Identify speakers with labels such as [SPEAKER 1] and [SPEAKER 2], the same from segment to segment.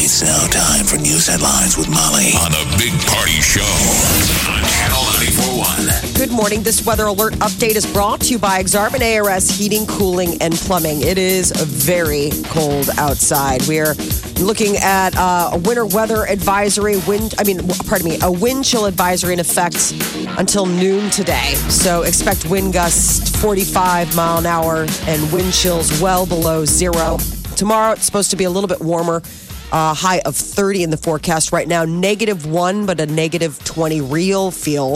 [SPEAKER 1] It's now time for news headlines with Molly on a big party show on Channel 941.
[SPEAKER 2] Good morning. This weather alert update is brought to you by Exarban ARS Heating, Cooling, and Plumbing. It is very cold outside. We are looking at uh, a winter weather advisory, wind, I mean, pardon me, a wind chill advisory in effect until noon today. So expect wind gusts 45 mile an hour and wind chills well below zero. Tomorrow, it's supposed to be a little bit warmer. Uh, high of 30 in the forecast right now, negative one, but a negative 20 real feel.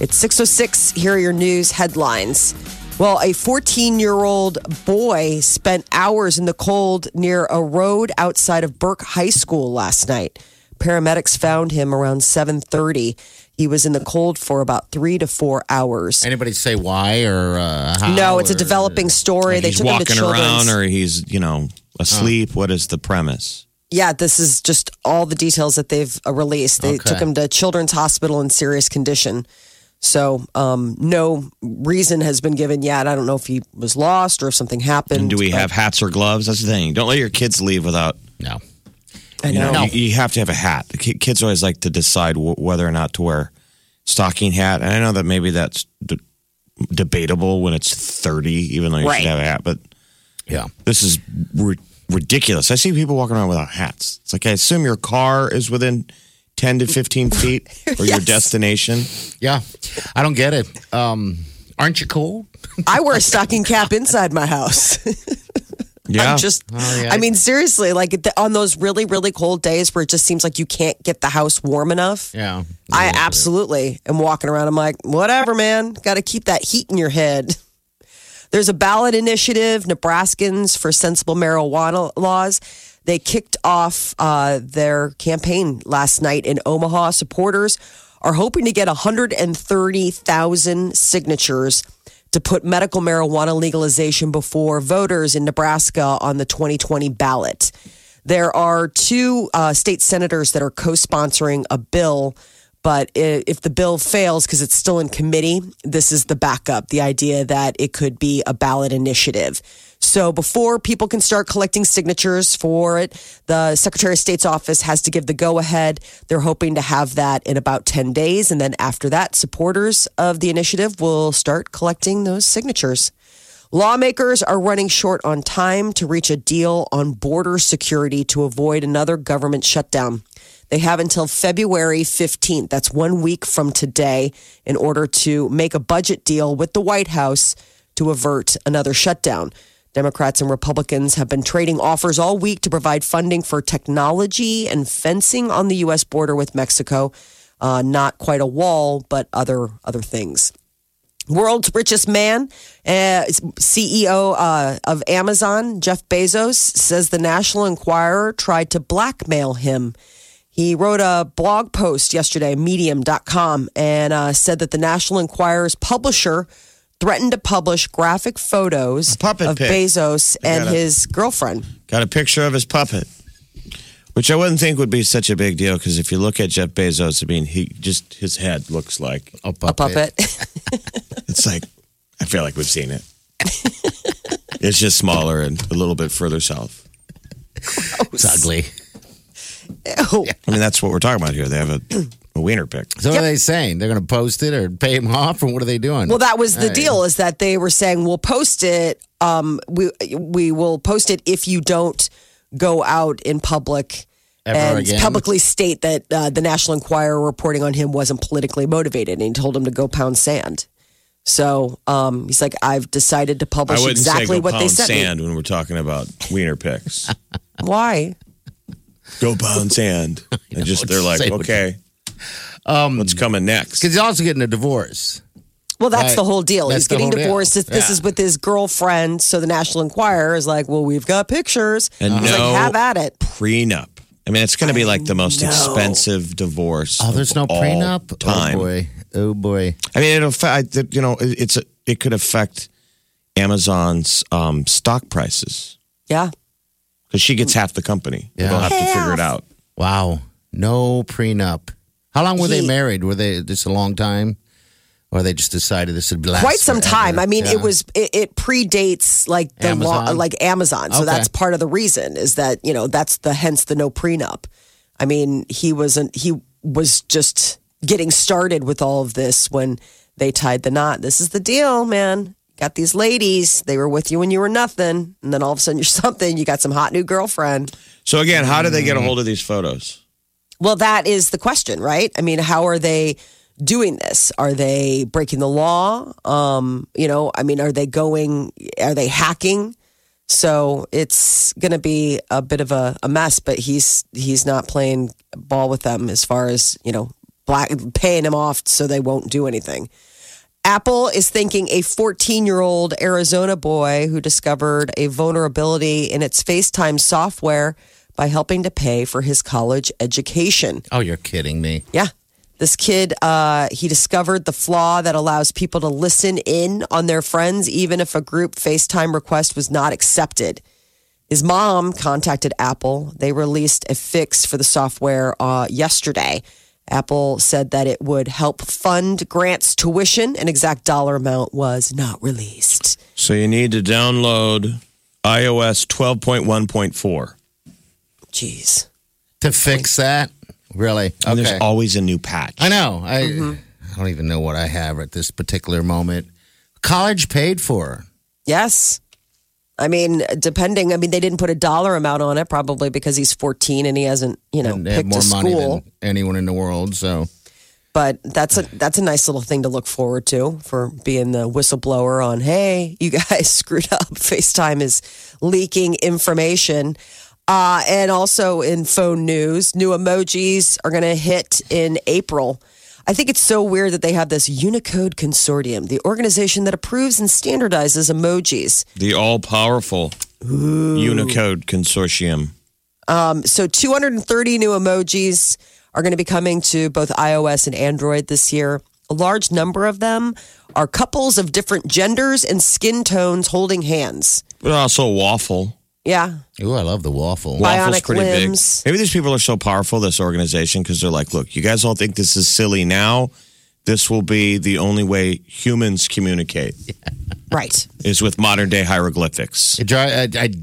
[SPEAKER 2] It's 606. Here are your news headlines. Well, a 14 year old boy spent hours in the cold near a road outside of Burke High School last night. Paramedics found him around 7:30. He was in the cold for about 3 to 4 hours.
[SPEAKER 3] Anybody say why or uh, how?
[SPEAKER 2] No, it's a
[SPEAKER 3] or-
[SPEAKER 2] developing story.
[SPEAKER 4] Like
[SPEAKER 2] They
[SPEAKER 4] he's
[SPEAKER 2] took him to
[SPEAKER 4] walking
[SPEAKER 2] children's.
[SPEAKER 4] around or he's you know asleep what is the premise
[SPEAKER 2] yeah, this is just all the details that they've uh, released. They
[SPEAKER 3] Okay.
[SPEAKER 2] took him to Children's Hospital in serious condition. So, um, no reason has been given yet. I don't know if he was lost or if something happened.
[SPEAKER 4] and do we
[SPEAKER 2] but-
[SPEAKER 4] have hats or gloves that's the thing don't let your kids leave without
[SPEAKER 3] No.
[SPEAKER 4] you know
[SPEAKER 3] No.
[SPEAKER 4] you, you have to have a hat the ki- kids always like to decide w- whether or not to wear stocking hat and i know that maybe that's d- debatable when it's 30 even though you
[SPEAKER 2] Right.
[SPEAKER 4] should have a hat but
[SPEAKER 3] Yeah.
[SPEAKER 4] this is ri- ridiculous i see people walking around without hats it's like i assume your car is within 10 to 15 feet or your destination
[SPEAKER 3] Yeah. I don't get it. Um, aren't you cool?
[SPEAKER 2] I wear a stocking cap inside my house.
[SPEAKER 4] yeah
[SPEAKER 2] I'm just,
[SPEAKER 3] Oh, yeah.
[SPEAKER 2] I mean, seriously, like th- on those really, really cold days where it just seems like you can't get the house warm enough.
[SPEAKER 3] Yeah.
[SPEAKER 2] I absolutely am walking around. I'm like, whatever, man. Got to keep that heat in your head. There's a ballot initiative, Nebraskans for Sensible Marijuana Laws. They kicked off uh, their campaign last night in Omaha. Supporters are hoping to get 130,000 signatures to put medical marijuana legalization before voters in Nebraska on the 2020 ballot. There are two uh, state senators that are co sponsoring a bill but i- if the bill fails, because it's still in committee, this is the backup the idea that it could be a ballot initiative. So before people can start collecting signatures for it, the Secretary of State's office has to give the go ahead. They're hoping to have that in about 10 days. And then after that, supporters of the initiative will start collecting those signatures. Lawmakers are running short on time to reach a deal on border security to avoid another government shutdown. They have until February 15th, that's one week from today, in order to make a budget deal with the White House to avert another shutdown. Democrats and Republicans have been trading offers all week to provide funding for technology and fencing on the U.S. border with Mexico. Uh, not quite a wall, but other other things world's richest man, uh, CEO uh, of Amazon, Jeff Bezos, says the National Enquirer tried to blackmail him. He wrote a blog post yesterday, medium.com, and uh, said that the National Enquirer's publisher threatened to publish graphic photos
[SPEAKER 4] puppet
[SPEAKER 2] of
[SPEAKER 4] pic.
[SPEAKER 2] Bezos and
[SPEAKER 4] gotta-
[SPEAKER 2] his girlfriend.
[SPEAKER 4] Got a picture of his puppet, which I wouldn't think would be such a big deal because if you look at Jeff Bezos, I mean, he just his head looks like
[SPEAKER 3] A puppet.
[SPEAKER 2] A puppet.
[SPEAKER 4] it's like I feel like we've seen it. it's just smaller and a little bit further south.
[SPEAKER 3] It's ugly.
[SPEAKER 2] Ew.
[SPEAKER 4] I mean, that's what we're talking about here. They have a, a wiener pic.
[SPEAKER 3] So what are they saying? They're going to post it or pay him off, or what are they doing?
[SPEAKER 2] Well, that was the
[SPEAKER 3] Hey.
[SPEAKER 2] deal is that they were saying we'll post it. Um, we we will post it if you don't go out in public
[SPEAKER 3] Ever
[SPEAKER 2] and
[SPEAKER 3] again?
[SPEAKER 2] publicly state that uh, the National Enquirer reporting on him wasn't politically motivated, and he told him to go pound sand. So um, he's like, I've decided to
[SPEAKER 4] I
[SPEAKER 2] publish
[SPEAKER 4] wouldn't say
[SPEAKER 2] exactly
[SPEAKER 4] go
[SPEAKER 2] what
[SPEAKER 4] pound
[SPEAKER 2] they said.
[SPEAKER 4] sand when we're talking about wiener pics.
[SPEAKER 2] Why?
[SPEAKER 4] go pound sand. And just they're like,
[SPEAKER 3] Say what-
[SPEAKER 4] okay, um, what's coming next?
[SPEAKER 3] Because he's also getting a divorce.
[SPEAKER 2] Well, that's
[SPEAKER 3] Right.
[SPEAKER 2] the whole deal.
[SPEAKER 3] That's
[SPEAKER 2] He's
[SPEAKER 3] the
[SPEAKER 2] getting
[SPEAKER 3] whole deal.
[SPEAKER 2] divorced. This, this
[SPEAKER 3] Yeah.
[SPEAKER 2] is with his girlfriend. So the National Enquirer is like, well, we've got pictures.
[SPEAKER 4] And
[SPEAKER 2] he's
[SPEAKER 4] no-
[SPEAKER 2] like, have at it.
[SPEAKER 4] Prenup. I mean, it's going to be like the most expensive divorce.
[SPEAKER 3] Oh, there's
[SPEAKER 4] of
[SPEAKER 3] no
[SPEAKER 4] all
[SPEAKER 3] prenup.
[SPEAKER 4] Time.
[SPEAKER 3] Oh boy. Oh boy.
[SPEAKER 4] I mean, it'll affect. You know, it- it's a, it could affect Amazon's um, stock prices
[SPEAKER 2] Yeah.
[SPEAKER 4] because she gets half the company.
[SPEAKER 3] Yeah.
[SPEAKER 4] They'll have to figure it out.
[SPEAKER 3] Wow. No prenup. How long were they
[SPEAKER 2] He-
[SPEAKER 3] married? Were they just a long time? Or they just decided this would last
[SPEAKER 2] quite some
[SPEAKER 3] forever?
[SPEAKER 2] time. I mean, it
[SPEAKER 3] Yeah.
[SPEAKER 2] was it, it predates like the law,
[SPEAKER 3] Amazon?
[SPEAKER 2] like Amazon. So
[SPEAKER 3] Okay.
[SPEAKER 2] that's part of the reason is that you know that's the hence the no prenup. I mean, he wasn't. He was just getting started with all of this when they tied the knot. This is the deal, man. Got these ladies. They were with you when you were nothing, and then all of a sudden you're something. You got some hot new girlfriend.
[SPEAKER 4] So again, how do they get a hold of these photos?
[SPEAKER 2] Well, that is the question, right? I mean, how are they doing this? Are they breaking the law? Um, you know, I mean, are they going, are they hacking? So it's going to be a bit of a, a mess, but he's he's not playing ball with them as far as, you know, black, paying them off so they won't do anything. Apple is thanking a 14 year old Arizona boy who discovered a vulnerability in its FaceTime software by helping to pay for his college education.
[SPEAKER 3] Oh, you're kidding me.
[SPEAKER 2] Yeah. This kid, uh, he discovered the flaw that allows people to listen in on their friends, even if a group FaceTime request was not accepted. His mom contacted Apple. They released a fix for the software uh, yesterday. Apple said that it would help fund grants tuition. An exact dollar amount was not released.
[SPEAKER 4] So you need to download iOS twelve point one point four.
[SPEAKER 2] Jeez.
[SPEAKER 3] To fix that? Really?
[SPEAKER 4] And
[SPEAKER 3] Okay.
[SPEAKER 4] there's always a new patch.
[SPEAKER 3] I know. I,
[SPEAKER 2] Mm-hmm.
[SPEAKER 3] I don't even know what I have at this particular moment. College paid for.
[SPEAKER 2] Yes. I mean, depending, I mean, they didn't put a dollar amount on it, probably because he's 14 and he hasn't, you know,
[SPEAKER 3] and they have
[SPEAKER 2] picked
[SPEAKER 3] more
[SPEAKER 2] a school.
[SPEAKER 3] money than anyone in the world. So
[SPEAKER 2] but that's a that's a nice little thing to look forward to for being the whistleblower on hey you guys screwed up facetime is leaking information uh, and also in phone news new emojis are going to hit in april i think it's so weird that they have this unicode consortium the organization that approves and standardizes emojis
[SPEAKER 4] The all powerful Unicode Consortium.
[SPEAKER 2] so 230 new emojis are going to be coming to both iOS and Android this year. A large number of them are couples of different genders and skin tones holding hands.
[SPEAKER 4] But also waffle.
[SPEAKER 2] Yeah.
[SPEAKER 3] Ooh, I love the waffle.
[SPEAKER 4] Waffle's
[SPEAKER 2] Bionic
[SPEAKER 4] pretty
[SPEAKER 2] limbs.
[SPEAKER 4] big. Maybe these people are so powerful, this organization, because they're like, look, you guys all think this is silly now. This will be the only way humans communicate
[SPEAKER 2] Right.
[SPEAKER 4] is with modern day hieroglyphics.
[SPEAKER 3] It dri- I, I-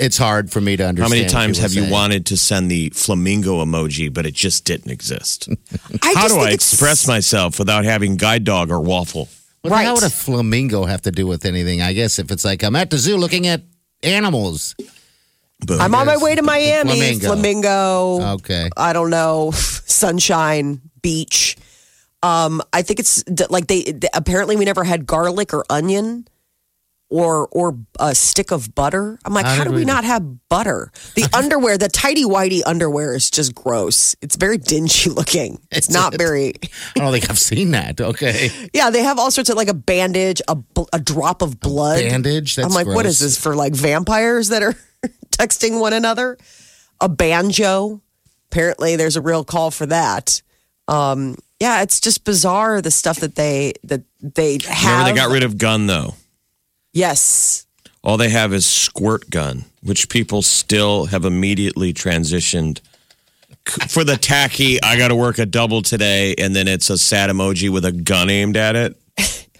[SPEAKER 3] it's hard for me to
[SPEAKER 4] How
[SPEAKER 3] understand.
[SPEAKER 4] many
[SPEAKER 3] what
[SPEAKER 4] times have
[SPEAKER 3] people
[SPEAKER 4] you
[SPEAKER 3] say.
[SPEAKER 4] wanted to send the flamingo emoji, but it just didn't exist?
[SPEAKER 2] I
[SPEAKER 4] How
[SPEAKER 2] just
[SPEAKER 4] do
[SPEAKER 2] think
[SPEAKER 4] I
[SPEAKER 2] it's-
[SPEAKER 4] express myself without having guide dog or waffle?
[SPEAKER 3] Well, then How
[SPEAKER 2] Right.
[SPEAKER 3] would a flamingo have to do with anything? I guess if it's like I'm at the zoo looking at animals.
[SPEAKER 4] Boom.
[SPEAKER 2] I'm on my way to Miami.
[SPEAKER 3] Flamingo.
[SPEAKER 2] Flamingo.
[SPEAKER 3] Okay.
[SPEAKER 2] I don't know, sunshine, beach. Um, I think it's d- like they d- apparently we never had garlic or onion or or a stick of butter. I'm like, how,
[SPEAKER 3] How
[SPEAKER 2] do
[SPEAKER 3] did
[SPEAKER 2] we
[SPEAKER 3] we-
[SPEAKER 2] not have butter? The underwear, the tidy whitey underwear is just gross. It's very dingy looking. It's
[SPEAKER 3] Is
[SPEAKER 2] not
[SPEAKER 3] it?
[SPEAKER 2] very.
[SPEAKER 3] I don't think I've seen that. Okay.
[SPEAKER 2] Yeah, they have all sorts of like a bandage, a bl- a drop of blood.
[SPEAKER 3] bandage? That's
[SPEAKER 2] I'm like, what is
[SPEAKER 3] gross.
[SPEAKER 2] this for? Like vampires that are texting one another? A banjo? Apparently, there's a real call for that. Um, yeah, it's just bizarre the stuff that they that they have.
[SPEAKER 4] Remember, they got rid of gun, though.
[SPEAKER 2] yes,
[SPEAKER 4] All they have is squirt gun, which people still have immediately transitioned c- for the tacky. I got to work a double today, and then it's a sad emoji with a gun aimed at it.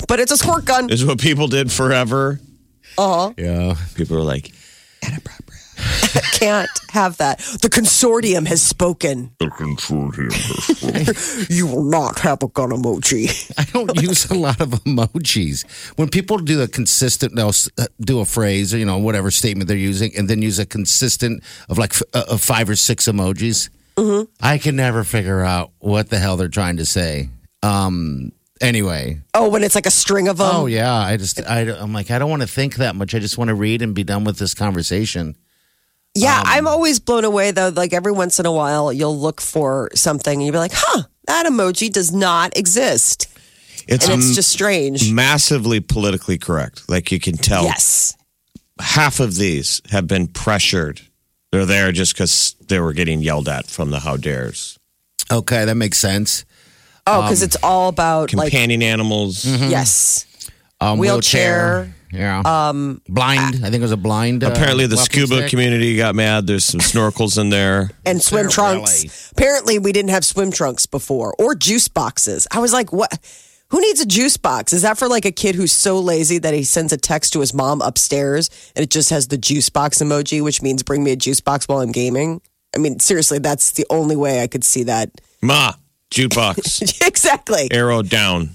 [SPEAKER 2] but it's a squirt gun.
[SPEAKER 4] Is what people did forever.
[SPEAKER 2] Uh huh.
[SPEAKER 3] Yeah.
[SPEAKER 4] People are like,
[SPEAKER 2] Can't have that. The consortium has spoken. The consortium. you will not have a gun emoji.
[SPEAKER 3] I don't use a lot of emojis. When people do a consistent, they'll s- uh, do a phrase or, you know, whatever statement they're using, and then use a consistent of like f- uh, of five or six emojis, I can never figure out what the hell they're trying to say. Um, anyway.
[SPEAKER 2] Oh, when it's like a string of them.
[SPEAKER 3] Oh, yeah. I just, I, am like, I don't want to think that much. I just want to read and be done with this conversation.
[SPEAKER 2] Yeah, I'm always blown away though. Like every once in a while, you'll look for something and you'll be like, huh, that emoji does not exist.
[SPEAKER 4] it's,
[SPEAKER 2] And it's
[SPEAKER 4] m-
[SPEAKER 2] just strange.
[SPEAKER 4] massively politically correct. Like you can tell,
[SPEAKER 2] Yes.
[SPEAKER 4] half of these have been pressured They're there just because they were getting yelled at from the how dares.
[SPEAKER 3] Okay, that makes sense.
[SPEAKER 2] Oh, because it's all about like Mm-hmm.
[SPEAKER 4] Companion animals.
[SPEAKER 2] yes,
[SPEAKER 3] Um,
[SPEAKER 2] Wheelchair.
[SPEAKER 3] Yeah. Um, blind. I think it was a blind. uh,
[SPEAKER 4] Apparently, the
[SPEAKER 3] walking
[SPEAKER 4] scuba
[SPEAKER 3] stick.
[SPEAKER 4] community got mad. There's some snorkels in there.
[SPEAKER 2] and swim
[SPEAKER 3] Sarah
[SPEAKER 2] trunks.
[SPEAKER 3] Bareilles.
[SPEAKER 2] Apparently, we didn't have swim trunks before or juice boxes. I was like, what? Who needs a juice box? Is that for like a kid who's so lazy that he sends a text to his mom upstairs and it just has the juice box emoji, which means bring me a juice box while I'm gaming? I mean, seriously, that's the only way I could see that.
[SPEAKER 4] Ma, jukebox,
[SPEAKER 2] exactly.
[SPEAKER 4] arrow down,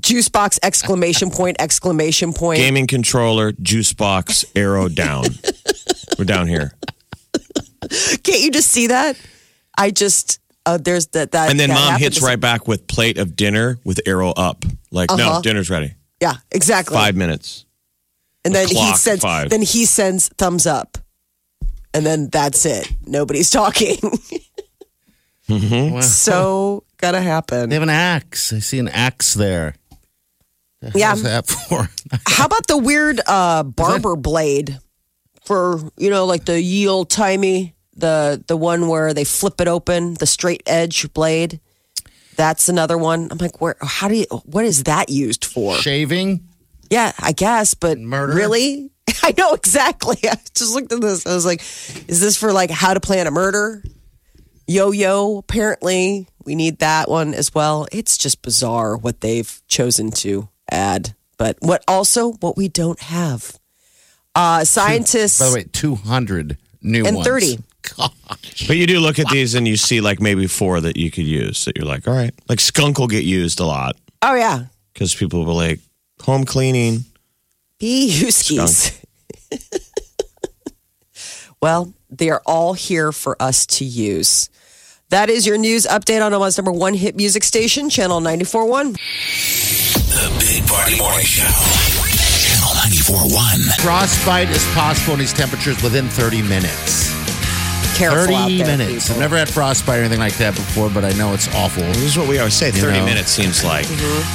[SPEAKER 2] Juice box, exclamation point, exclamation point.
[SPEAKER 4] gaming controller, juice box, arrow down. We're down here.
[SPEAKER 2] Can't you just see that? I just, uh, there's that. that
[SPEAKER 4] And then
[SPEAKER 2] that
[SPEAKER 4] mom
[SPEAKER 2] happened
[SPEAKER 4] hits
[SPEAKER 2] to-
[SPEAKER 4] right back with plate of dinner with arrow up. Like, no,
[SPEAKER 2] Uh-huh.
[SPEAKER 4] dinner's ready.
[SPEAKER 2] Yeah, exactly.
[SPEAKER 4] Five minutes.
[SPEAKER 2] and
[SPEAKER 4] The
[SPEAKER 2] then he
[SPEAKER 4] clock,
[SPEAKER 2] sends
[SPEAKER 4] five.
[SPEAKER 2] then he sends thumbs up and then that's it nobody's talking
[SPEAKER 4] Mm-hmm.
[SPEAKER 2] so gotta
[SPEAKER 3] They
[SPEAKER 2] happen
[SPEAKER 3] have an axe. I see an axe there. The
[SPEAKER 2] Yeah.
[SPEAKER 3] hell's that for?
[SPEAKER 2] how about the weird uh barber blade for you know like the ye old timey the the one where they flip it open the straight edge blade that's another one i'm like where how do you what is that used for
[SPEAKER 3] Shaving.
[SPEAKER 2] Yeah, I guess, but
[SPEAKER 3] Murder?
[SPEAKER 2] really? I know exactly. I just looked at this. I was like, is this for like how to plan a murder? Yo yo, apparently we need that one as well. It's just bizarre what they've chosen to add, but what also what we don't have. Uh scientists
[SPEAKER 3] By Hmm. the way, two hundred new
[SPEAKER 2] And
[SPEAKER 3] ones.
[SPEAKER 2] 30.
[SPEAKER 3] Gosh.
[SPEAKER 4] But you do look at these and you see like maybe four that you could use that you're like, all right. Like skunk will get used a lot
[SPEAKER 2] Oh yeah.
[SPEAKER 4] because people were like, home cleaning.
[SPEAKER 2] Be Huskies. well, they are all here for us to use. That is your news update on Omaha's number one hit music station, Channel 94.1.
[SPEAKER 1] The Big Party Morning Show. Channel 94.1.
[SPEAKER 3] Frostbite is possible in these temperatures within thirty minutes.
[SPEAKER 2] Careful out
[SPEAKER 3] Thirty
[SPEAKER 2] there,
[SPEAKER 3] minutes.
[SPEAKER 2] people.
[SPEAKER 3] I've
[SPEAKER 2] Mm-hmm.
[SPEAKER 3] never had frostbite or anything like that before, but I know it's awful.
[SPEAKER 4] This is what we always say.
[SPEAKER 3] You
[SPEAKER 4] 30
[SPEAKER 3] know.
[SPEAKER 4] minutes seems like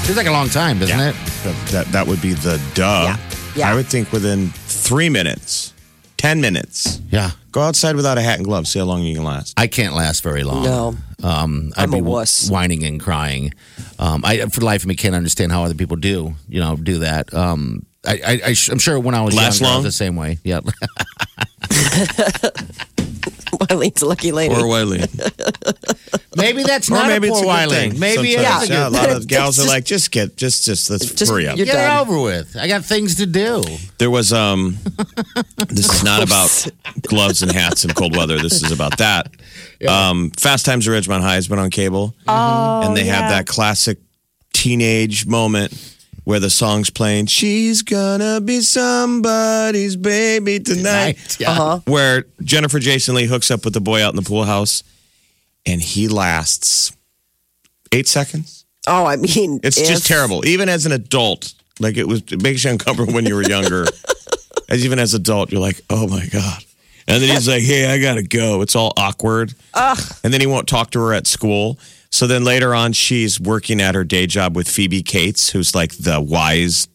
[SPEAKER 3] Seems like a long time, doesn't
[SPEAKER 4] Yeah.
[SPEAKER 3] it?
[SPEAKER 4] that, that, that would be the duh.
[SPEAKER 2] Yeah. Yeah.
[SPEAKER 4] I would think within three minutes, 10 minutes.
[SPEAKER 3] Yeah.
[SPEAKER 4] Go outside without a hat and gloves. See how long you can last.
[SPEAKER 3] I can't last very long.
[SPEAKER 2] No.
[SPEAKER 3] Um, I'd
[SPEAKER 2] I'm
[SPEAKER 3] be
[SPEAKER 2] a wuss.
[SPEAKER 3] whining and crying. Um, I, for the life of me, can't understand how other people do, you know, do that. Um, I, I, I sh- I'm sure when I was
[SPEAKER 4] Last
[SPEAKER 3] younger, I was
[SPEAKER 4] long?
[SPEAKER 3] the same way. Yeah.
[SPEAKER 2] Wiley's a lucky lady.
[SPEAKER 4] Or Wiley.
[SPEAKER 3] maybe that's
[SPEAKER 4] Or
[SPEAKER 3] not
[SPEAKER 4] maybe
[SPEAKER 3] a
[SPEAKER 4] it's
[SPEAKER 3] poor
[SPEAKER 4] a good
[SPEAKER 3] Wiley.
[SPEAKER 4] thing.
[SPEAKER 3] Maybe it
[SPEAKER 4] Sometimes,
[SPEAKER 3] is.
[SPEAKER 4] yeah, a lot of gals are
[SPEAKER 2] Just-
[SPEAKER 4] like, just get, just, just, let's
[SPEAKER 2] Just-
[SPEAKER 4] hurry up.
[SPEAKER 2] you're-
[SPEAKER 3] Get it
[SPEAKER 2] done.
[SPEAKER 3] over with. I got things to do.
[SPEAKER 4] There was, um, this is not about gloves and hats in cold weather. This is about that. Um, Fast Times at Ridgemont High has been on cable. and they have that classic teenage moment where the song's playing, She's gonna be somebody's baby tonight.
[SPEAKER 3] Yeah.
[SPEAKER 4] where Jennifer Jason Lee hooks up with the boy out in the pool house, and he lasts eight seconds.
[SPEAKER 2] Oh, I mean,
[SPEAKER 4] It's
[SPEAKER 2] if-
[SPEAKER 4] just terrible. Even as an adult, like it was, it makes you uncomfortable when you were younger. as even as adult, you're like, oh my god. And then he's like, hey, I gotta go. It's all awkward. And then he won't talk to her at school. So then later on, she's working at her day job with Phoebe Cates, who's like the wise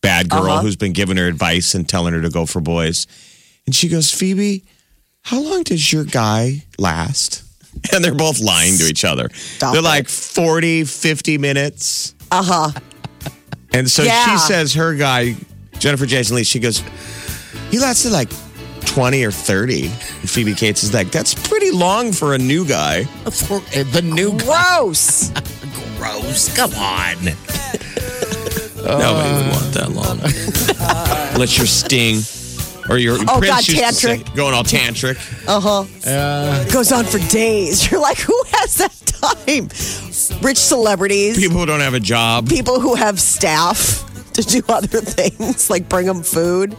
[SPEAKER 4] bad girl who's been giving her advice and telling her to go for boys. And she goes, Phoebe, how long does your guy last? And they're both lying to each other. they're like 40, 50 minutes. Uh huh. And so
[SPEAKER 2] Yeah.
[SPEAKER 4] she says her guy, Jennifer Jason Lee, she goes, he lasted like 20 or 30. And Phoebe Cates is like, that's pretty long for a new guy.
[SPEAKER 3] For, uh, the new
[SPEAKER 2] Gross.
[SPEAKER 3] gross. Come on.
[SPEAKER 4] Nobody would want that long. Unless you're Sting or your
[SPEAKER 2] Oh,
[SPEAKER 4] Prince
[SPEAKER 2] God,
[SPEAKER 4] used to say-
[SPEAKER 2] tantric.
[SPEAKER 4] going all tantric.
[SPEAKER 2] Uh-huh.
[SPEAKER 4] Uh.
[SPEAKER 2] Goes on for days. You're like, who has that time? Rich celebrities, people,
[SPEAKER 4] People who don't have a job.
[SPEAKER 2] who have staff to do other things, like bring them food.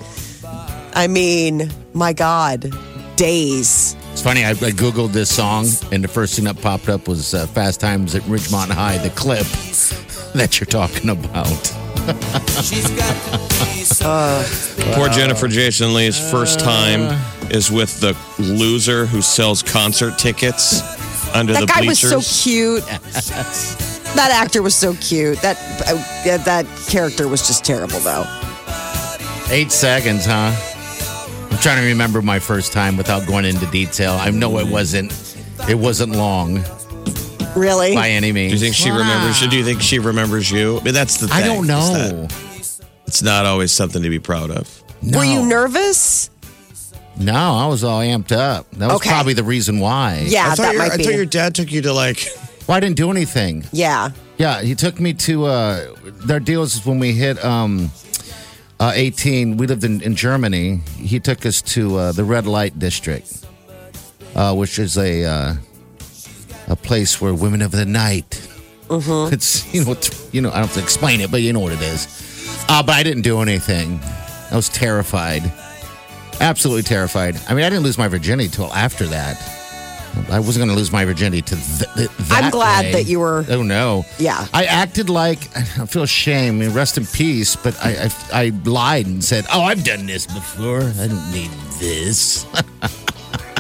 [SPEAKER 2] I mean, my God, days.
[SPEAKER 3] It's funny. I, I googled this song, and the first thing that popped up was uh, "Fast Times at Ridgemont High," the clip that you're talking about.
[SPEAKER 4] Poor Jennifer Jason Lee's first
[SPEAKER 3] Uh.
[SPEAKER 4] time is with the loser who sells concert tickets under the
[SPEAKER 2] That guy
[SPEAKER 4] bleachers.
[SPEAKER 2] was so cute. that actor was so cute. That uh, yeah, that character was just terrible, though.
[SPEAKER 3] Eight seconds, huh? I'm trying to remember my first time without going into detail. I know it wasn't it wasn't long
[SPEAKER 2] Really?
[SPEAKER 3] by any means.
[SPEAKER 4] Do you think she remembers you? Do you think she remembers you? I mean, that's the thing.
[SPEAKER 3] I don't
[SPEAKER 4] is that
[SPEAKER 3] know.
[SPEAKER 4] It's not always something to be proud of.
[SPEAKER 3] No.
[SPEAKER 2] Were you nervous?
[SPEAKER 3] No, I was all amped up. That was
[SPEAKER 2] Okay.
[SPEAKER 3] probably the reason why.
[SPEAKER 2] Yeah,
[SPEAKER 4] I thought,
[SPEAKER 2] that
[SPEAKER 4] your,
[SPEAKER 2] might
[SPEAKER 4] I
[SPEAKER 2] be.
[SPEAKER 4] thought your dad took you to like
[SPEAKER 3] Well, I didn't do anything.
[SPEAKER 2] yeah.
[SPEAKER 3] Yeah, he took me to uh their deals is when we hit um uh, 18. We lived in, in Germany. He took us to uh, the red light district, uh, which is a uh, a place where women of the night.
[SPEAKER 2] Mm-hmm.
[SPEAKER 3] It's you know it's, you know I don't have to explain it, but you know what it is. Uh, but I didn't do anything. I was terrified, absolutely terrified. I mean, I didn't lose my virginity till after that. I wasn't going to lose my virginity to th- th- that.
[SPEAKER 2] I'm glad
[SPEAKER 3] way.
[SPEAKER 2] that you were-
[SPEAKER 3] Oh no.
[SPEAKER 2] Yeah.
[SPEAKER 3] I acted like I feel shame. I mean, rest in peace. But I, I, I lied and said, "Oh, I've done this before. I don't need this."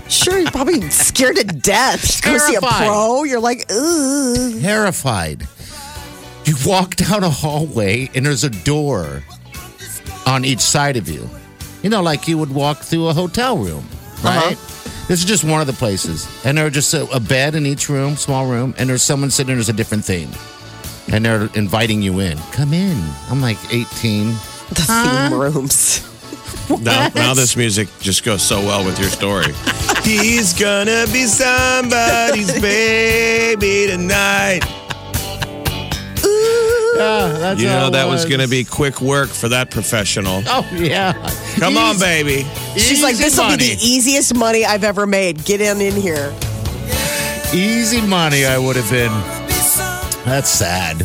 [SPEAKER 2] Sure, you're probably scared to death. Go see a
[SPEAKER 3] Terrified.
[SPEAKER 2] pro. You're like, ooh.
[SPEAKER 3] Terrified. You walk down a hallway and there's a door on each side of you. You know, like you would walk through a hotel room, right? This is just one of the places, and there are just a, a bed in each room, small room, and there's someone sitting. There's a different theme, and they're inviting you in. Come in. I'm like 18.
[SPEAKER 2] The theme rooms.
[SPEAKER 4] now, now this music just goes so well with your story. He's gonna be somebody's baby tonight.
[SPEAKER 3] Yeah, that's
[SPEAKER 4] You
[SPEAKER 3] how
[SPEAKER 4] know
[SPEAKER 3] it
[SPEAKER 4] that was gonna be quick work for that professional.
[SPEAKER 3] Oh yeah.
[SPEAKER 4] Come on, baby.
[SPEAKER 2] She's like, this will be the easiest money I've ever made. Get in in here.
[SPEAKER 3] easy money. I would have been. e-" That's sad.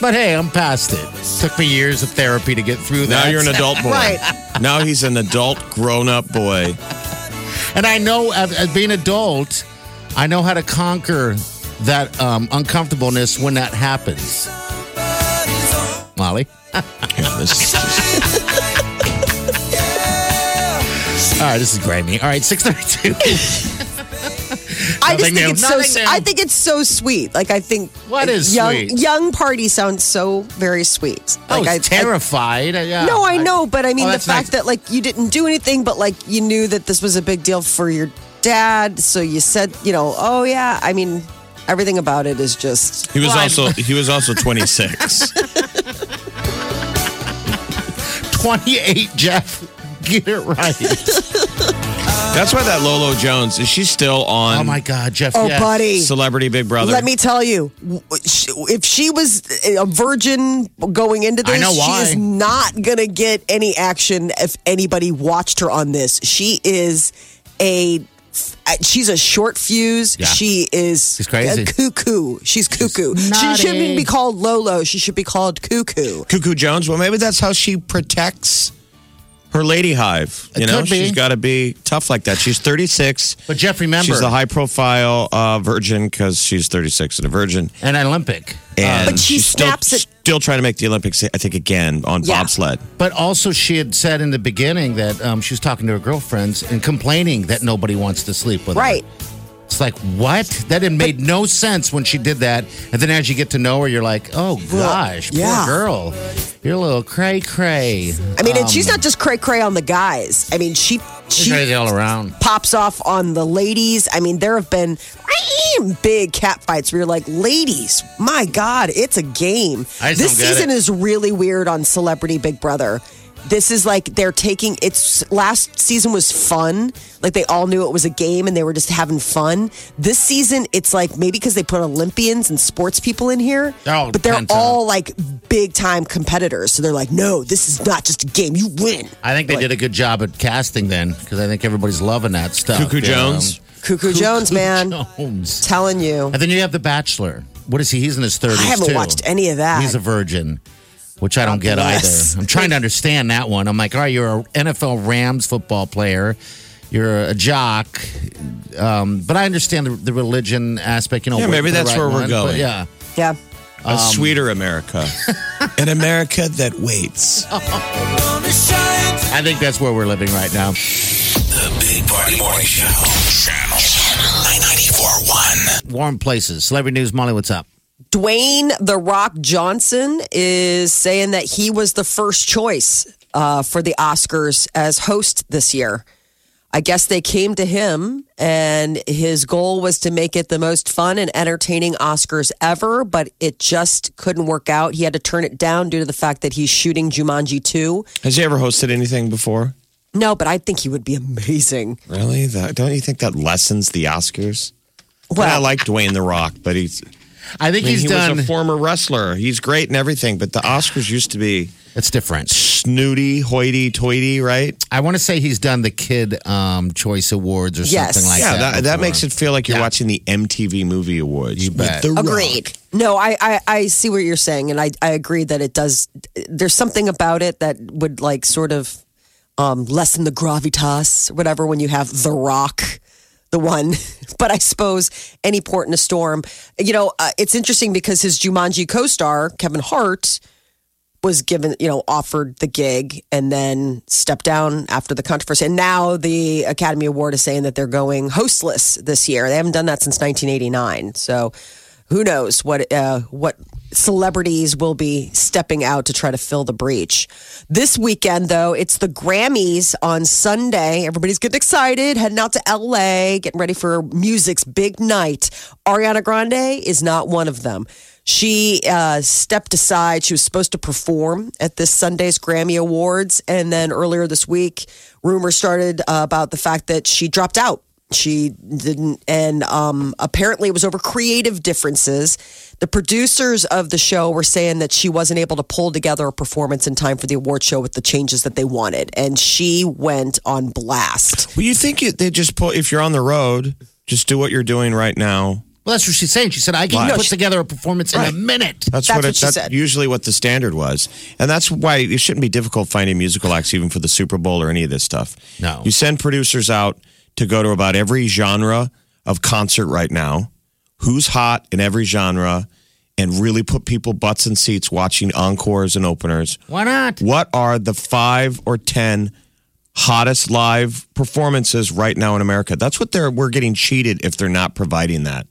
[SPEAKER 3] But hey, I'm past it. Took me years of therapy to get through that.
[SPEAKER 4] Now you're an adult boy.
[SPEAKER 2] Right.
[SPEAKER 4] Now he's an adult grown-up boy.
[SPEAKER 3] and I know as, as being adult, I know how to conquer that um, uncomfortableness when that happens. Molly.
[SPEAKER 4] Yeah, this is just-
[SPEAKER 3] All right, this is Grammy. All right, six thirty-two.
[SPEAKER 2] I just think
[SPEAKER 3] Nothing new.
[SPEAKER 2] it's so.
[SPEAKER 3] Nothing new.
[SPEAKER 2] I think it's so sweet. Like I think
[SPEAKER 3] What is
[SPEAKER 2] young
[SPEAKER 3] sweet?
[SPEAKER 2] young party sounds so very sweet.
[SPEAKER 3] I
[SPEAKER 2] Like
[SPEAKER 3] was terrified. yeah.
[SPEAKER 2] no, I know, but I mean
[SPEAKER 3] Oh,
[SPEAKER 2] the
[SPEAKER 3] that's
[SPEAKER 2] fact
[SPEAKER 3] nice.
[SPEAKER 2] that like you didn't do anything, but like you knew that this was a big deal for your dad, so you said, you know, oh yeah. I mean, everything about it is just
[SPEAKER 4] he was
[SPEAKER 3] Well, I-
[SPEAKER 4] also he was also 26.
[SPEAKER 3] twenty-eight, Jeff. Get it right.
[SPEAKER 4] That's why that Lolo Jones is she still on
[SPEAKER 3] oh my God, Jeff.
[SPEAKER 2] oh,
[SPEAKER 3] yes.
[SPEAKER 2] buddy.
[SPEAKER 4] Celebrity Big Brother?
[SPEAKER 2] Let me tell you, w- sh- if she was a virgin going into this,
[SPEAKER 3] I know
[SPEAKER 2] she
[SPEAKER 3] why.
[SPEAKER 2] is not going to get any action if anybody watched her on this. She is a. She's a short fuse.
[SPEAKER 3] Yeah.
[SPEAKER 2] She is
[SPEAKER 3] She's crazy.
[SPEAKER 2] a cuckoo. She's cuckoo. she
[SPEAKER 3] naughty.
[SPEAKER 2] shouldn't even be called Lolo. She should be called cuckoo.
[SPEAKER 4] Cuckoo Jones. Well, maybe that's how she protects her lady hive. You
[SPEAKER 3] It
[SPEAKER 4] know,
[SPEAKER 3] could be.
[SPEAKER 4] she's got to be tough like that. She's 36.
[SPEAKER 3] But Jeff, remember,
[SPEAKER 4] She's a high profile uh, virgin because she's 36 and a virgin.
[SPEAKER 3] an Olympic.
[SPEAKER 4] And
[SPEAKER 2] But she
[SPEAKER 4] she's still,
[SPEAKER 2] snaps it-
[SPEAKER 4] still trying to make the Olympics, I think, again on
[SPEAKER 2] Yeah.
[SPEAKER 4] bobsled.
[SPEAKER 3] But also, she had said in the beginning that um, she was talking to her girlfriends and complaining that nobody wants to sleep with her.
[SPEAKER 2] Right.
[SPEAKER 3] It's like, what? That had made no sense when she did that. And then as you get to know her, you're like, oh gosh,
[SPEAKER 2] yeah.
[SPEAKER 3] poor girl. You're a little cray cray.
[SPEAKER 2] I mean, and she's not just cray cray on the guys. I mean, she she
[SPEAKER 3] Um, crazy all around.
[SPEAKER 2] pops off on the ladies. I mean, there have been big cat fights where you're like, ladies, my God, it's a game.
[SPEAKER 3] I just
[SPEAKER 2] This
[SPEAKER 3] don't get
[SPEAKER 2] season
[SPEAKER 3] it.
[SPEAKER 2] is really weird on Celebrity Big Brother. This is like they're taking it's last season was fun. Like they all knew it was a game and they were just having fun. This season, it's like maybe because they put Olympians and sports people in here,
[SPEAKER 3] They're all
[SPEAKER 2] but they're
[SPEAKER 3] pent up.
[SPEAKER 2] all like big time competitors. So they're like, no, this is not just a game. You win.
[SPEAKER 3] I think they did a good job at casting then because I think everybody's loving that stuff.
[SPEAKER 4] Cuckoo
[SPEAKER 3] you
[SPEAKER 4] Jones.
[SPEAKER 2] Cuckoo, Jones, man.
[SPEAKER 3] Jones.
[SPEAKER 2] Telling you.
[SPEAKER 3] And then you have The Bachelor. What is he? He's in his 30s.
[SPEAKER 2] I haven't
[SPEAKER 3] too.
[SPEAKER 2] watched any of that.
[SPEAKER 3] He's a virgin, which I don't get
[SPEAKER 2] bless.
[SPEAKER 3] either. I'm trying to understand that one. I'm like, all right, you're an NFL Rams football player, you're a jock. Um, but I understand the, the religion aspect. You know,
[SPEAKER 4] Yeah,
[SPEAKER 3] wait
[SPEAKER 4] maybe
[SPEAKER 3] for the
[SPEAKER 4] that's
[SPEAKER 3] right
[SPEAKER 4] where we're
[SPEAKER 3] one, but
[SPEAKER 4] going.
[SPEAKER 3] Yeah.
[SPEAKER 2] Yeah.
[SPEAKER 4] A sweeter America. An America that waits.
[SPEAKER 3] I think that's where we're living right now.
[SPEAKER 1] The Big Party Morning Show. Channel 941.
[SPEAKER 3] Warm places. Celebrity News. Molly, what's up?
[SPEAKER 2] Dwayne The Rock Johnson is saying that he was the first choice uh, for the Oscars as host this year. I guess they came to him, and his goal was to make it the most fun and entertaining Oscars ever, but it just couldn't work out. He had to turn it down due to the fact that he's shooting Jumanji 2.
[SPEAKER 4] Has he ever hosted anything before?
[SPEAKER 2] No, but I think he would be amazing.
[SPEAKER 4] Really? That, don't you think that lessens the Oscars? Well, I like Dwayne the Rock, but he's
[SPEAKER 3] I think
[SPEAKER 4] I mean,
[SPEAKER 3] he's
[SPEAKER 4] he
[SPEAKER 3] done.
[SPEAKER 4] was a former wrestler. He's great and everything, but the Oscars used to be
[SPEAKER 3] it's different.
[SPEAKER 4] snooty, hoity-toity, right?
[SPEAKER 3] I want to say he's done the Kid um, Choice Awards or
[SPEAKER 2] Yes.
[SPEAKER 3] something like
[SPEAKER 4] Yeah,
[SPEAKER 3] that.
[SPEAKER 4] that, that,
[SPEAKER 3] before.
[SPEAKER 4] makes it feel like you're watching the MTV Movie Awards.
[SPEAKER 3] You bet.
[SPEAKER 2] Agreed. No, I, I, I see what you're saying, and I, I agree that it does. There's something about it that would like sort of um, lessen the gravitas, or whatever, when you have The Rock, the one. But I suppose any port in a storm. You know, uh, it's interesting because his Jumanji co-star Kevin Hart was given, you know, offered the gig and then stepped down after the controversy. And now the Academy Award is saying that they're going hostless this year. They haven't done that since 1989. So who knows what uh, what celebrities will be stepping out to try to fill the breach. This weekend, though, it's the Grammys on Sunday. Everybody's getting excited, heading out to LA, getting ready for music's big night. Ariana Grande is not one of them. She uh, stepped aside. She was supposed to perform at this Sunday's Grammy Awards. And then earlier this week, rumors started uh, about the fact that she dropped out. She didn't. And um, apparently, it was over creative differences. The producers of the show were saying that she wasn't able to pull together a performance in time for the award show with the changes that they wanted. And she went on blast.
[SPEAKER 4] Well, you think it, they just pull, if you're on the road, just do what you're doing right now.
[SPEAKER 3] Well, that's what she's saying. She said, "I can put together a performance in a minute."
[SPEAKER 4] That's,
[SPEAKER 2] That's
[SPEAKER 4] what,
[SPEAKER 2] what
[SPEAKER 4] it,
[SPEAKER 2] she
[SPEAKER 4] that's
[SPEAKER 2] said.
[SPEAKER 4] usually what the standard was. And that's why it shouldn't be difficult finding musical acts even for the Super Bowl or any of this stuff.
[SPEAKER 3] No.
[SPEAKER 4] You send producers out to go to about every genre of concert right now, who's hot in every genre, and really put people butts in seats watching encores and openers.
[SPEAKER 3] Why not?
[SPEAKER 4] What are the five or ten hottest live performances right now in America? That's what they're we're getting cheated if they're not providing that.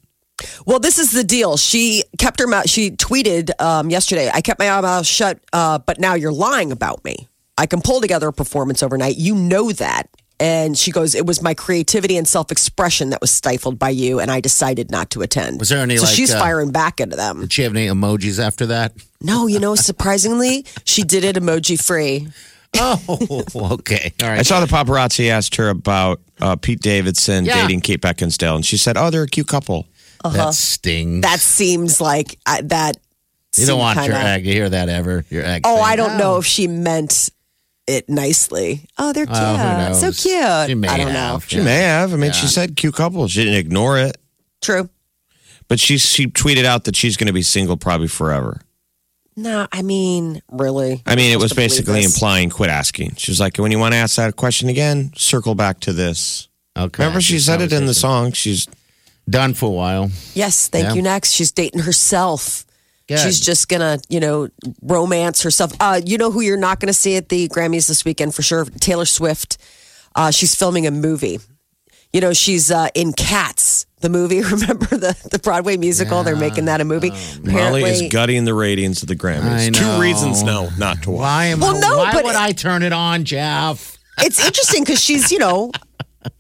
[SPEAKER 2] Well, this is the deal. She kept her mouth. She tweeted um, yesterday. I kept my mouth shut, uh, but now you're lying about me. I can pull together a performance overnight. You know that. And she goes, "It was my creativity and self-expression that was stifled by you, and I decided not to attend."
[SPEAKER 3] Was there any,
[SPEAKER 2] So
[SPEAKER 3] like,
[SPEAKER 2] she's
[SPEAKER 3] uh,
[SPEAKER 2] firing back into them.
[SPEAKER 3] Did she have any emojis after that?
[SPEAKER 2] No, you know, surprisingly, she did it emoji free.
[SPEAKER 3] Oh, okay. All
[SPEAKER 4] I
[SPEAKER 3] right.
[SPEAKER 4] saw the paparazzi asked her about uh, Pete Davidson
[SPEAKER 3] Yeah.
[SPEAKER 4] dating Kate Beckinsdale, and she said, "Oh, they're a cute couple."
[SPEAKER 2] Uh-huh.
[SPEAKER 3] That stings.
[SPEAKER 2] That seems like uh, that.
[SPEAKER 3] you don't
[SPEAKER 2] seemed
[SPEAKER 3] want your
[SPEAKER 2] kinda-
[SPEAKER 3] egg. You hear that ever? Your egg.
[SPEAKER 2] Oh,
[SPEAKER 3] thing.
[SPEAKER 2] I don't know if she meant it nicely. Oh, they're cute.
[SPEAKER 3] Well, who
[SPEAKER 2] so
[SPEAKER 3] knows?
[SPEAKER 2] cute.
[SPEAKER 3] She may
[SPEAKER 2] I don't know.
[SPEAKER 3] have,
[SPEAKER 4] She
[SPEAKER 3] yeah.
[SPEAKER 4] may have. I mean, she said cute couple. She didn't ignore it,
[SPEAKER 2] True.
[SPEAKER 4] but she she tweeted out that she's going to be single probably forever.
[SPEAKER 2] No, I mean, really.
[SPEAKER 4] I mean, it
[SPEAKER 2] Just
[SPEAKER 4] was
[SPEAKER 2] to believe
[SPEAKER 4] basically
[SPEAKER 2] this.
[SPEAKER 4] implying quit asking. She was like, "When you want to ask that question again, circle back to this."
[SPEAKER 3] Okay.
[SPEAKER 4] Remember, she said it in the song. She's
[SPEAKER 3] Done for a while.
[SPEAKER 2] Yes, thank
[SPEAKER 3] Yeah.
[SPEAKER 2] you. Next, she's dating herself.
[SPEAKER 3] Good.
[SPEAKER 2] She's just gonna, you know, romance herself. Uh, you know who you're not gonna see at the Grammys this weekend for sure? Taylor Swift. Uh, she's filming a movie. You know, she's uh, in Cats, the movie. Remember the, the Broadway musical? They're making that a movie.
[SPEAKER 4] Um, Molly is gutting the ratings of the Grammys.
[SPEAKER 3] I
[SPEAKER 4] Two
[SPEAKER 3] know.
[SPEAKER 4] reasons, no, not to watch.
[SPEAKER 3] Why am
[SPEAKER 2] Well,
[SPEAKER 3] I,
[SPEAKER 2] no,
[SPEAKER 3] Why
[SPEAKER 2] but-
[SPEAKER 3] would I turn it on, Jeff?
[SPEAKER 2] it's interesting because she's you know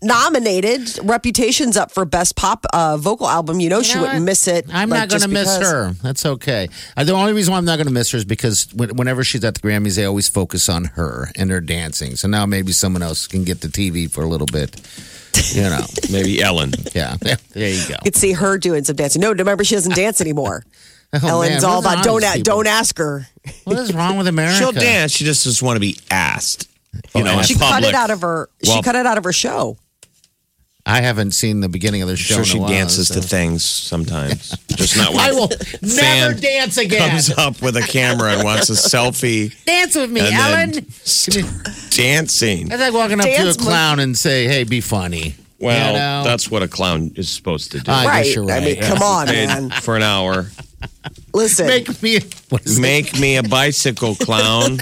[SPEAKER 2] nominated reputations up for best pop uh, vocal album you know she
[SPEAKER 3] know
[SPEAKER 2] wouldn't
[SPEAKER 3] what?
[SPEAKER 2] miss it
[SPEAKER 3] I'm
[SPEAKER 2] like,
[SPEAKER 3] not going to
[SPEAKER 2] just
[SPEAKER 3] miss
[SPEAKER 2] because.
[SPEAKER 3] her. That's okay. Uh, The only reason why I'm not going to miss her is because when- whenever she's at the Grammys, they always focus on her and her dancing. So now maybe someone else can get the TV for a little bit. You know,
[SPEAKER 4] Maybe Ellen.
[SPEAKER 3] yeah. There you go.
[SPEAKER 2] you could see her doing some dancing no remember she doesn't dance anymore
[SPEAKER 3] Oh,
[SPEAKER 2] ellen's
[SPEAKER 3] man,
[SPEAKER 2] all
[SPEAKER 3] what is
[SPEAKER 2] about
[SPEAKER 3] wrong
[SPEAKER 2] don't
[SPEAKER 3] with
[SPEAKER 2] a-
[SPEAKER 3] people?
[SPEAKER 2] don't ask her
[SPEAKER 3] What is wrong with America?
[SPEAKER 4] She'll dance. She just doesn't want to be asked. You know, in
[SPEAKER 2] she cut
[SPEAKER 4] public.
[SPEAKER 2] it out of her she
[SPEAKER 4] Well-
[SPEAKER 2] cut it out of her show
[SPEAKER 3] I haven't seen the beginning of the show. in
[SPEAKER 4] sure
[SPEAKER 3] a
[SPEAKER 4] she
[SPEAKER 3] while,
[SPEAKER 4] dances
[SPEAKER 3] so-
[SPEAKER 4] to things sometimes. Just not when
[SPEAKER 3] I will
[SPEAKER 4] fan
[SPEAKER 3] never dance again.
[SPEAKER 4] comes up with a camera and wants a selfie.
[SPEAKER 3] Dance with me,
[SPEAKER 4] and
[SPEAKER 3] Ellen.
[SPEAKER 4] then start dancing.
[SPEAKER 3] That's like walking up to a
[SPEAKER 2] Dance with-
[SPEAKER 3] clown and say, "Hey, be funny." You
[SPEAKER 4] Well,
[SPEAKER 3] know?
[SPEAKER 4] that's what a clown is supposed to do.
[SPEAKER 3] I
[SPEAKER 2] right.
[SPEAKER 3] guess you're
[SPEAKER 2] i mean
[SPEAKER 3] right.
[SPEAKER 2] come on
[SPEAKER 4] Paid
[SPEAKER 2] man
[SPEAKER 4] for an hour.
[SPEAKER 2] listen
[SPEAKER 3] make me. What is it?
[SPEAKER 4] Make me a bicycle clown.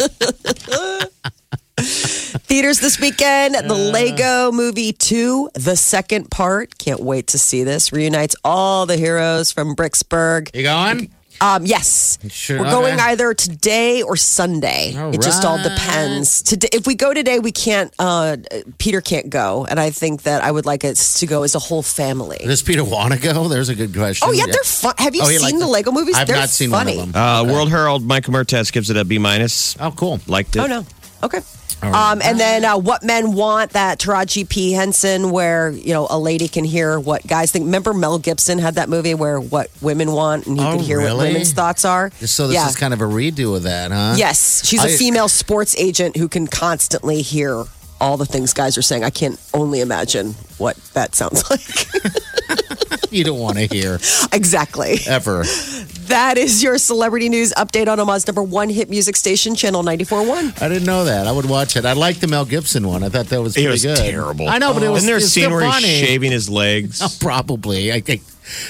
[SPEAKER 2] theaters this weekend. The Lego Movie 2, the second part. Can't wait to see this. Reunites all the heroes from Bricksburg.
[SPEAKER 3] You going?
[SPEAKER 2] Um, yes,
[SPEAKER 3] Sure,
[SPEAKER 2] we're going
[SPEAKER 3] okay.
[SPEAKER 2] either today or Sunday.
[SPEAKER 3] All
[SPEAKER 2] it just all
[SPEAKER 3] right.
[SPEAKER 2] depends. Today, if we go today, we can't. Uh, Peter can't go, and I think that I would like us to go as a whole family.
[SPEAKER 3] Does Peter want to go? There's a good question.
[SPEAKER 2] Oh yeah, they're fun. Have you
[SPEAKER 3] Oh, he
[SPEAKER 2] seen
[SPEAKER 3] liked
[SPEAKER 2] the
[SPEAKER 3] them.
[SPEAKER 2] Lego movies?
[SPEAKER 3] I've
[SPEAKER 2] they're
[SPEAKER 3] not seen
[SPEAKER 2] funny.
[SPEAKER 3] one of them.
[SPEAKER 4] Uh, World Herald, Michael Mertes gives it a B minus.
[SPEAKER 3] Oh, cool.
[SPEAKER 4] Liked it.
[SPEAKER 2] Oh no. Okay. Um, and then uh, what men want that Taraji P Henson, where you know a lady can hear what guys think. Remember Mel Gibson had that movie where what women want, and he
[SPEAKER 3] Oh,
[SPEAKER 2] could hear what
[SPEAKER 3] really?
[SPEAKER 2] women's thoughts are.
[SPEAKER 3] So this
[SPEAKER 2] yeah.
[SPEAKER 3] is kind of a redo of that, huh?
[SPEAKER 2] yes, she's a
[SPEAKER 3] I-
[SPEAKER 2] female sports agent who can constantly hear all the things guys are saying. I can only imagine what that sounds like.
[SPEAKER 3] You don't want to hear
[SPEAKER 2] exactly.
[SPEAKER 3] ever.
[SPEAKER 2] That is your celebrity news update on Omaha's number one hit music station, Channel 94.1.
[SPEAKER 3] I didn't know that. I would watch it. I liked the Mel Gibson one. I thought that was
[SPEAKER 4] It
[SPEAKER 3] pretty
[SPEAKER 4] was
[SPEAKER 3] good.
[SPEAKER 4] terrible.
[SPEAKER 3] I know, but it was.
[SPEAKER 4] And there's a
[SPEAKER 3] it's
[SPEAKER 4] scene
[SPEAKER 3] still
[SPEAKER 4] where he's
[SPEAKER 3] funny.
[SPEAKER 4] shaving his legs.
[SPEAKER 3] Probably, I think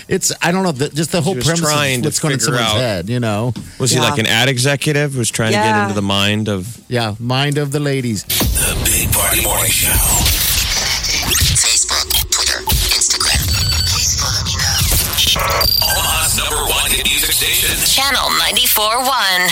[SPEAKER 3] it's. I don't know. The, just the whole
[SPEAKER 4] was
[SPEAKER 3] premise
[SPEAKER 4] trying
[SPEAKER 3] of
[SPEAKER 4] to
[SPEAKER 3] what's going in
[SPEAKER 4] figure
[SPEAKER 3] someone's
[SPEAKER 4] out-
[SPEAKER 3] head. You know,
[SPEAKER 4] Was he
[SPEAKER 2] Yeah.
[SPEAKER 4] like an ad executive who was trying to
[SPEAKER 2] Yeah.
[SPEAKER 4] get into the mind of?
[SPEAKER 3] yeah, mind of the ladies.
[SPEAKER 1] The Big Party Morning Show.
[SPEAKER 5] Facebook, Twitter, Instagram. Please follow me now.
[SPEAKER 1] Omaha's number one hit music station.
[SPEAKER 5] Channel 94.1.